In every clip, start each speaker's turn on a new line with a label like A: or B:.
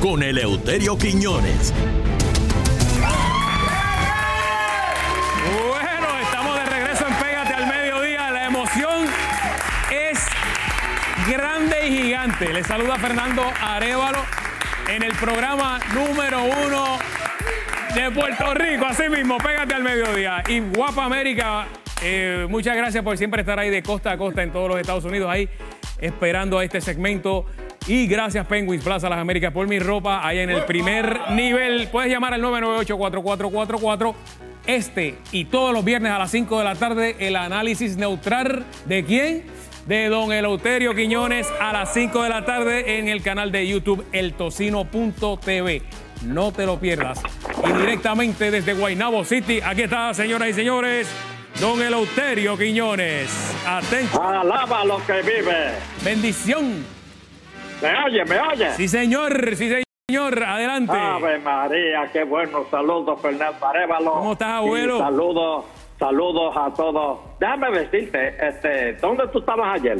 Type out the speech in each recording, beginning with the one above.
A: con Eleuterio Quiñones.
B: Bueno, estamos de regreso en Pégate al Mediodía. La emoción es grande y gigante. Les saluda Fernando Arevalo en el programa número uno de Puerto Rico. Así mismo, Pégate al Mediodía. Y Guapa América, eh, muchas gracias por siempre estar ahí de costa a costa en todos los Estados Unidos, ahí esperando a este segmento. Y gracias Penguins Plaza Las Américas por mi ropa ahí en el primer nivel. Puedes llamar al 998-4444. Este y todos los viernes a las 5 de la tarde el análisis neutral de quién? De don Eleuterio Quiñones a las 5 de la tarde en el canal de YouTube eltocino.tv. No te lo pierdas. Y directamente desde Guaynabo City, aquí está, señoras y señores, don Eleuterio Quiñones. Atento.
C: Alaba a los que vive.
B: Bendición.
C: ¿Me oye? ¿Me oye?
B: Sí, señor, sí, señor. Adelante.
C: Ave María, qué bueno. Saludos, Fernando Arevalo.
B: ¿Cómo estás, abuelo?
C: Y saludos, saludos a todos. Déjame decirte, este, ¿dónde tú estabas ayer?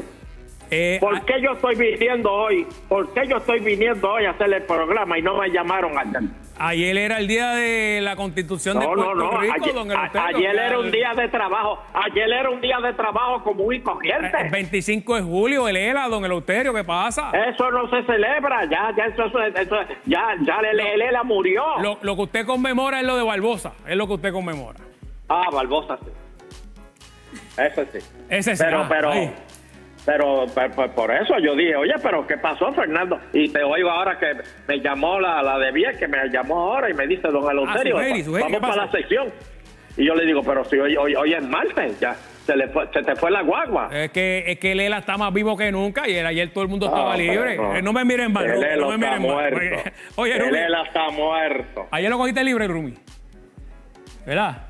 B: Eh,
C: ¿Por qué yo estoy viniendo hoy? ¿Por qué yo estoy viniendo hoy a hacer el programa y no me llamaron ayer?
B: a- ayer era el día de la constitución de
C: No,
B: Puerto
C: no, no.
B: Rico,
C: Ayer,
B: don
C: a-
B: Eleuterio.
C: ayer era un día de trabajo. Ayer era un día de trabajo común
B: eh,
C: y
B: El
C: corriente.
B: 25 de julio, el ELA, don Eleuterio, ¿qué pasa?
C: Eso no se celebra. Ya, ya, eso, eso- eso- ya, ya, el- el- el- la murió.
B: Lo, lo que usted conmemora es lo de Barbosa, es lo que usted conmemora.
C: Ah, Barbosa sí. Eso sí.
B: Ese sí,
C: Pero,
B: ah,
C: pero,
B: ahí.
C: pero, pe- pe- por eso yo dije, oye, pero ¿qué pasó, Fernando? Y te oigo ahora que me llamó la, la de Vía, que me llamó ahora y me dice, don
B: Ah,
C: Eleuterio,
B: Sugeri, Sugeri,
C: vamos
B: ¿qué
C: para la
B: pasa?
C: sección. Y yo le digo, pero si hoy, hoy, hoy es martes, ya, se, le fue- se te fue la guagua.
B: Es que, es que el ELA está más vivo que nunca y el- ayer todo el mundo estaba
C: Ah,
B: libre.
C: pero
B: Eh, No me miren mal,
C: El
B: Rumi,
C: Elo
B: no me
C: está
B: miren mal.
C: muerto.
B: porque- Oye,
C: El
B: Rumi,
C: Elo está muerto.
B: ayer lo cogiste libre, Rumi. ¿Verdad?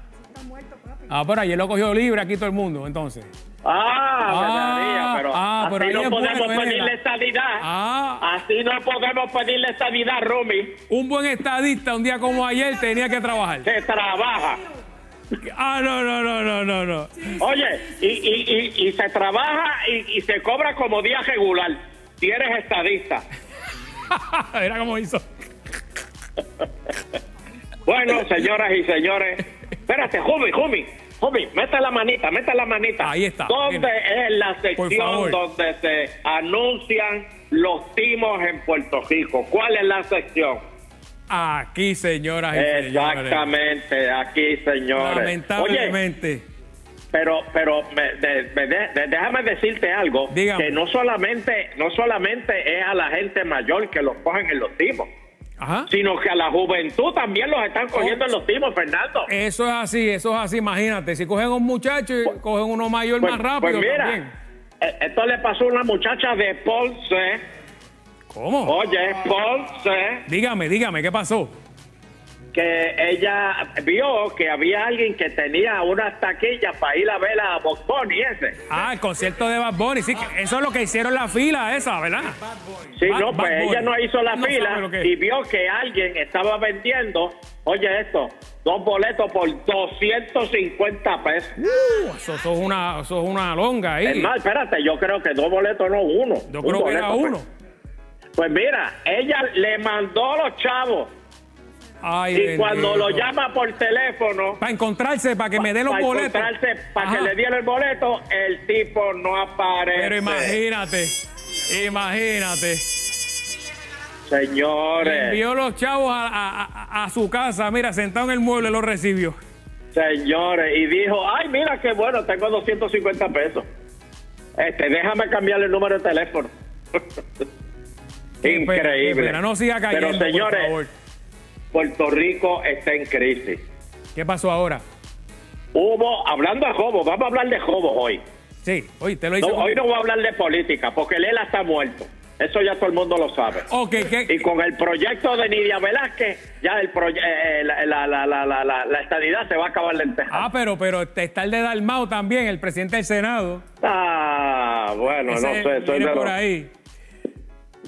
B: Ah, pero ayer lo cogió libre aquí todo el mundo, entonces. Ah,
C: Ah, María, pero
B: ah,
C: así
B: pero ahí
C: no
B: es
C: podemos
B: bueno,
C: pedirle
B: Ela.
C: estabilidad.
B: Ah.
C: Así no podemos pedirle estabilidad, Rumi.
B: Un buen estadista, un día como ayer, tenía que trabajar.
C: Se trabaja.
B: Ah, no, no, no, no, no, no.
C: Oye, y, y, y, y se trabaja y, y se cobra como día regular. Si eres estadista.
B: Mira cómo hizo.
C: Bueno, señoras y señores. Espérate, Jumi, Jumi. Jumi, mete la manita, mete la manita.
B: Ahí está,
C: ¿Dónde
B: bien.
C: es la
B: Por favor.
C: sección donde se anuncian los timos en Puerto Rico? ¿Cuál es la sección?
B: Aquí, señoras y señores.
C: Exactamente, aquí, señores. Oye,
B: Lamentablemente.
C: Pero, pero me- de- me de- de- déjame decirte algo,
B: Dígame.
C: que no solamente, no solamente es a la gente mayor que los cogen en los timos,
B: Ajá.
C: sino que a la juventud también los están cogiendo en los timos, Fernando.
B: Eso es así, eso es así. Imagínate, si cogen un muchacho y cogen uno mayor
C: Pues-
B: más rápido
C: pues mira,
B: también.
C: eh, esto le pasó a una muchacha de Ponce,
B: ¿Cómo?
C: oye, Ponce,
B: Dígame, dígame, ¿qué pasó?
C: que ella vio que había alguien que tenía unas taquillas para ir a ver a Bob Bunny ese.
B: Ah, el concierto de Bad Bunny. Sí, que eso es lo que hicieron la fila esa, ¿verdad?
C: Sí,
B: Bad-
C: no,
B: Bad
C: pues
B: Bunny.
C: ella no hizo la
B: No sabe
C: fila
B: lo que es.
C: y vio que alguien estaba vendiendo, oye esto, dos boletos por 250 pesos.
B: Uh, eso, eso es una, eso es una longa ahí.
C: Es más, espérate, yo creo que dos boletos no, uno.
B: Yo
C: Un
B: creo que era
C: boleto,
B: uno.
C: Pues, Pues mira, ella le mandó a los chavos
B: Ay,
C: y cuando lo
B: bendito.
C: llama por teléfono
B: Para encontrarse, para que me dé los
C: para
B: boletos.
C: para que
B: Ajá.
C: le este. diera el boleto, el tipo no aparece.
B: Pero imagínate, imagínate. Le
C: Señores,
B: envió los chavos a, a- a- a su casa, mira, sentado en el mueble lo recibió.
C: Señores, y dijo, ay, mira qué bueno, tengo 250 pesos. Este, déjame cambiarle el número de teléfono.
B: pues, Qué pena,
C: Increíble.
B: qué pena. No siga cayendo,
C: Pero
B: por
C: señores,
B: favor.
C: Puerto Rico está en crisis.
B: ¿Qué pasó ahora?
C: Hubo, hablando de jobos, vamos a hablar de jobos hoy.
B: Sí, oye, te lo
C: No,
B: hice.
C: hoy no voy a hablar de política, porque Lela está muerto. Eso ya todo el mundo lo sabe.
B: Ok,
C: Y
B: ¿qué?
C: con el proyecto de Nidia Velázquez, ya el proye- eh, eh, la, la, la, la, la, la- la estadidad se va a acabar lenteja.
B: Ah, pero, pero este, está el de Dalmau también, el presidente del Senado.
C: Ah, bueno,
B: Ese
C: no sé, soy
B: viene
C: de
B: por
C: los-
B: ahí.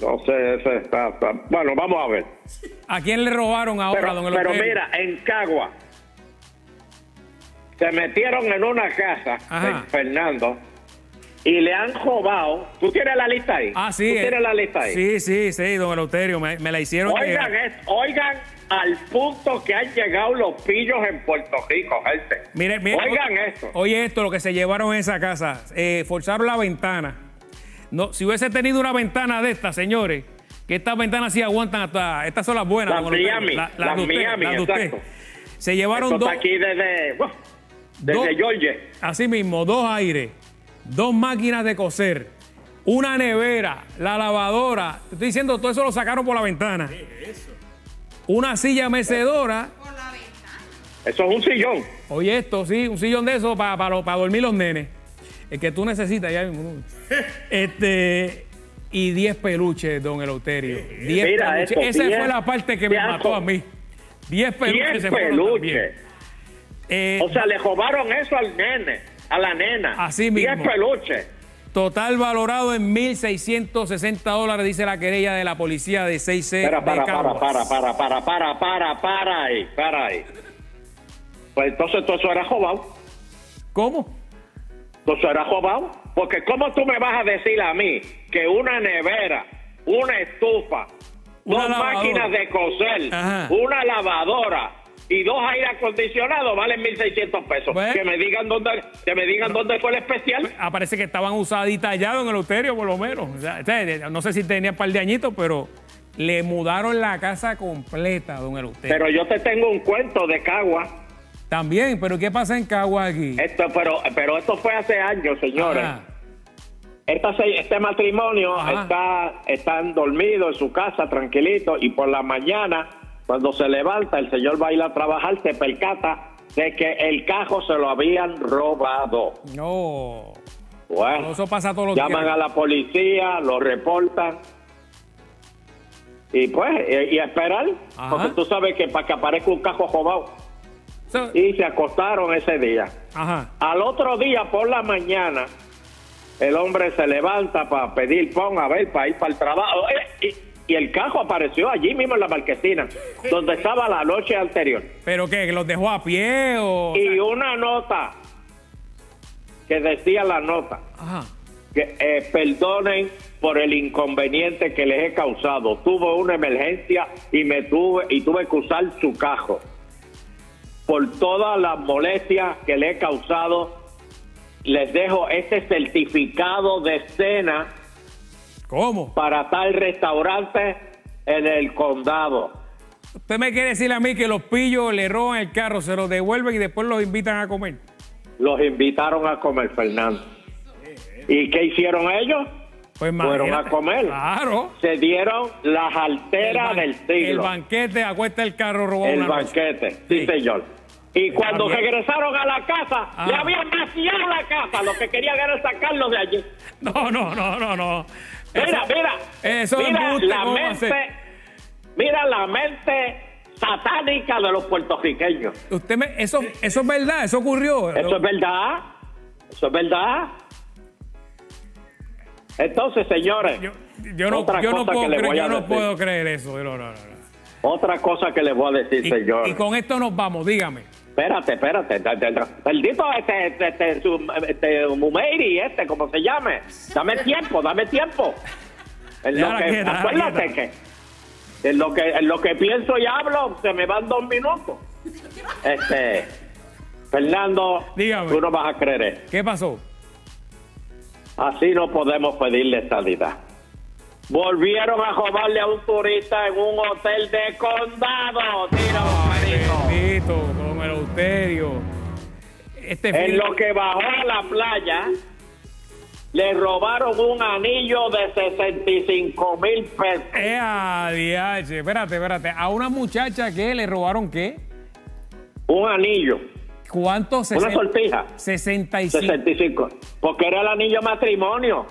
C: No sé, ese está, está- Bueno, vamos a ver.
B: ¿A quién le robaron ahora,
C: Pero,
B: don
C: pero
B: Eleuterio?
C: mira, en Cagua se metieron en una casa,
B: Ajá.
C: en Fernando, y le han robado. ¿Tú tienes la lista ahí?
B: Ah, sí.
C: ¿Tú
B: eh.
C: tienes la lista ahí?
B: Sí, sí, sí, don Eleuterio. Me, me la hicieron.
C: Oigan,
B: llegar.
C: es- oigan al punto que han llegado los pillos en Puerto Rico, gente.
B: Mire, mire,
C: oigan
B: o-
C: esto.
B: Oye, esto, lo que se llevaron en esa casa. Eh, forzaron la ventana. No, si hubiese tenido una ventana de estas, señores, que estas ventanas sí aguantan hasta. Estas son las buenas.
C: Las
B: don Eleuterio.
C: Miami,
B: La-
C: las
B: de usted,
C: Miami,
B: las de usted.
C: exacto.
B: Se
C: Esto
B: llevaron
C: está
B: dos.
C: aquí desde, uf, desde
B: dos-
C: Georgia.
B: Así mismo, dos aires, dos máquinas de coser, una nevera, la lavadora. Te estoy diciendo, todo eso lo sacaron por la ventana. Una silla mecedora.
C: Eso es un sillón.
B: Oye, esto, sí, un sillón de eso para dormir los nenes. El que tú necesitas ya mismo. ¿no? Este. Y 10 peluches, don Eleuterio. 10
C: Eh, Mira
B: peluches.
C: esto,
B: Esa
C: 10
B: fue la parte que me
C: peazos.
B: mató a mí. 10 peluches
C: 10
B: se fueron también.
C: peluches.
B: Eh,
C: O sea, le robaron eso al nene, a la nena.
B: Así
C: 10
B: mismo.
C: peluches.
B: Total valorado en 1.660 dólares, dice la querella de la policía de 6C.
C: Espera,
B: de
C: para, para,
B: Caguas.
C: para, para, para, para, para, para ahí, para ahí. Pues entonces todo eso era robado.
B: ¿Cómo?
C: Todo eso era robado. Porque ¿cómo tú me vas a decir a mí que una nevera, una estufa,
B: Una
C: dos
B: lavadora.
C: máquinas de coser,
B: Ajá.
C: una lavadora y dos aire acondicionados valen 1.600 pesos?
B: Bueno.
C: Que me digan dónde, que me digan dónde fue el especial.
B: Aparece ah, que estaban usaditas ya, don Eleuterio, por lo menos. O sea, este, no sé si tenía un par de añitos, pero le mudaron la casa completa, don Eleuterio.
C: Pero yo te tengo un cuento de Cagua.
B: También, pero ¿qué pasa en Caguas aquí?
C: Esto, pero, pero esto fue hace años, señores.
B: Ajá.
C: Esta se- este matrimonio
B: Ajá.
C: está, están dormidos en su casa, tranquilito, y por la mañana, cuando se levanta, el señor va a ir a trabajar, se percata de que el cajo se lo habían robado.
B: No.
C: Bueno,
B: Eso pasa todos los
C: llaman
B: días.
C: a la policía, lo reportan. Y pues, y, y a esperar,
B: Ajá.
C: porque tú sabes que para que aparezca un cajo robado.
B: So-
C: Y se acostaron ese día.
B: Ajá.
C: Al otro día por la mañana, el hombre se levanta para pedir pon a ver, para ir para el trabajo. Eh, Y, y el cajo apareció allí mismo en la marquesina, donde estaba la noche anterior.
B: ¿Pero qué? ¿Que ¿Los dejó a pie o...?
C: Y una nota que decía la nota,
B: Ajá.
C: que eh, perdonen por el inconveniente que les he causado. Tuve una emergencia y me tuve y tuve que usar su cajo por todas las molestias que le he causado. Les dejo este certificado de cena
B: ¿Cómo?
C: para tal restaurante en el condado.
B: ¿Usted me quiere decir a mí que los pillos le roban el carro, se los devuelven y después los invitan a comer?
C: Los invitaron a comer, Fernando. ¿Y qué hicieron ellos?
B: Pues
C: Fueron
B: imagínate.
C: a comer.
B: Claro.
C: Se dieron las alteras
B: ban-
C: del siglo.
B: el banquete, acuesta el carro robado.
C: El
B: una noche.
C: banquete, sí,
B: Sí.
C: señor. Y cuando
B: bien.
C: regresaron a la casa,
B: Ah.
C: le habían vaciado la casa. Lo que querían era sacarlos de allí.
B: No, no, no, no, no.
C: Mira,
B: Eso-
C: mira.
B: Eso es
C: mira
B: embuste,
C: la
B: ¿cómo va a ser?
C: mente. Mira la mente satánica de los puertorriqueños.
B: Usted me- eso, eso es verdad, eso ocurrió.
C: Eso es verdad. Eso es verdad. Entonces, señores,
B: yo, yo no,
C: otra
B: yo no
C: cosa
B: puedo,
C: que le
B: creer,
C: voy a
B: yo no
C: decir.
B: puedo creer eso. No, no, no, no.
C: otra cosa que les voy a decir, señor.
B: Y, y con esto nos vamos, dígame.
C: Espérate, espérate. da- da- da- Maldito este, este, este, su- este Mumeiri, este, como se llame. Dame tiempo, dame tiempo. En lo
B: Déjala
C: que,
B: quieta, déjala
C: acuérdate
B: quieta.
C: que en lo que en lo que pienso y hablo se me van dos minutos. Este, Fernando,
B: Dígame.
C: tú no vas a creer. esto.
B: ¿Qué pasó?
C: Así no podemos pedirle salida. Volvieron a robarle a un turista en un hotel de condado. Tira, Mumeirito.
B: Bendito, don Eleuterio. Este
C: En
B: fin-
C: lo que bajó a la playa, le robaron un anillo de 65 mil pesos.
B: Eh, a DH. Espérate, espérate. A una muchacha que le robaron qué?
C: Un anillo,
B: ¿Cuántos?
C: una
B: Sesen-
C: sortija.
B: 65.
C: 65. Porque era el anillo de matrimonio.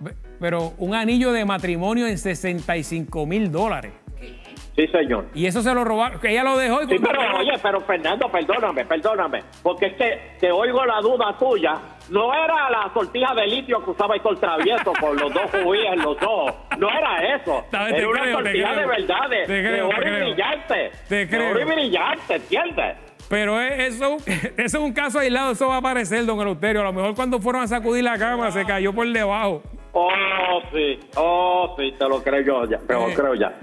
B: Ve- Pero un anillo de matrimonio en 65 mil dólares.
C: Sí, señor.
B: Y eso se lo robaron. que Ella lo dejó y
C: Sí, pero oye, pero Fernando, perdóname, perdóname. Porque es que te oigo la duda tuya. No era la sortija de litio que usaba el travieso con los dos juguillas en los ojos. No era eso.
B: Está bien, te
C: era una
B: creo, te
C: sortija
B: creo.
C: de verdades.
B: Te
C: de
B: creo,
C: oro
B: te
C: y
B: creo.
C: brillante.
B: Te
C: De oro y
B: creo.
C: brillante, ¿entiendes?
B: Pero es- eso, eso es un caso aislado, eso va a aparecer, don Eleuterio. A lo mejor cuando fueron a sacudir la cama se cayó por debajo.
C: Oh, sí, oh, sí, te lo creo yo ya, te lo
B: Eh,
C: creo ya.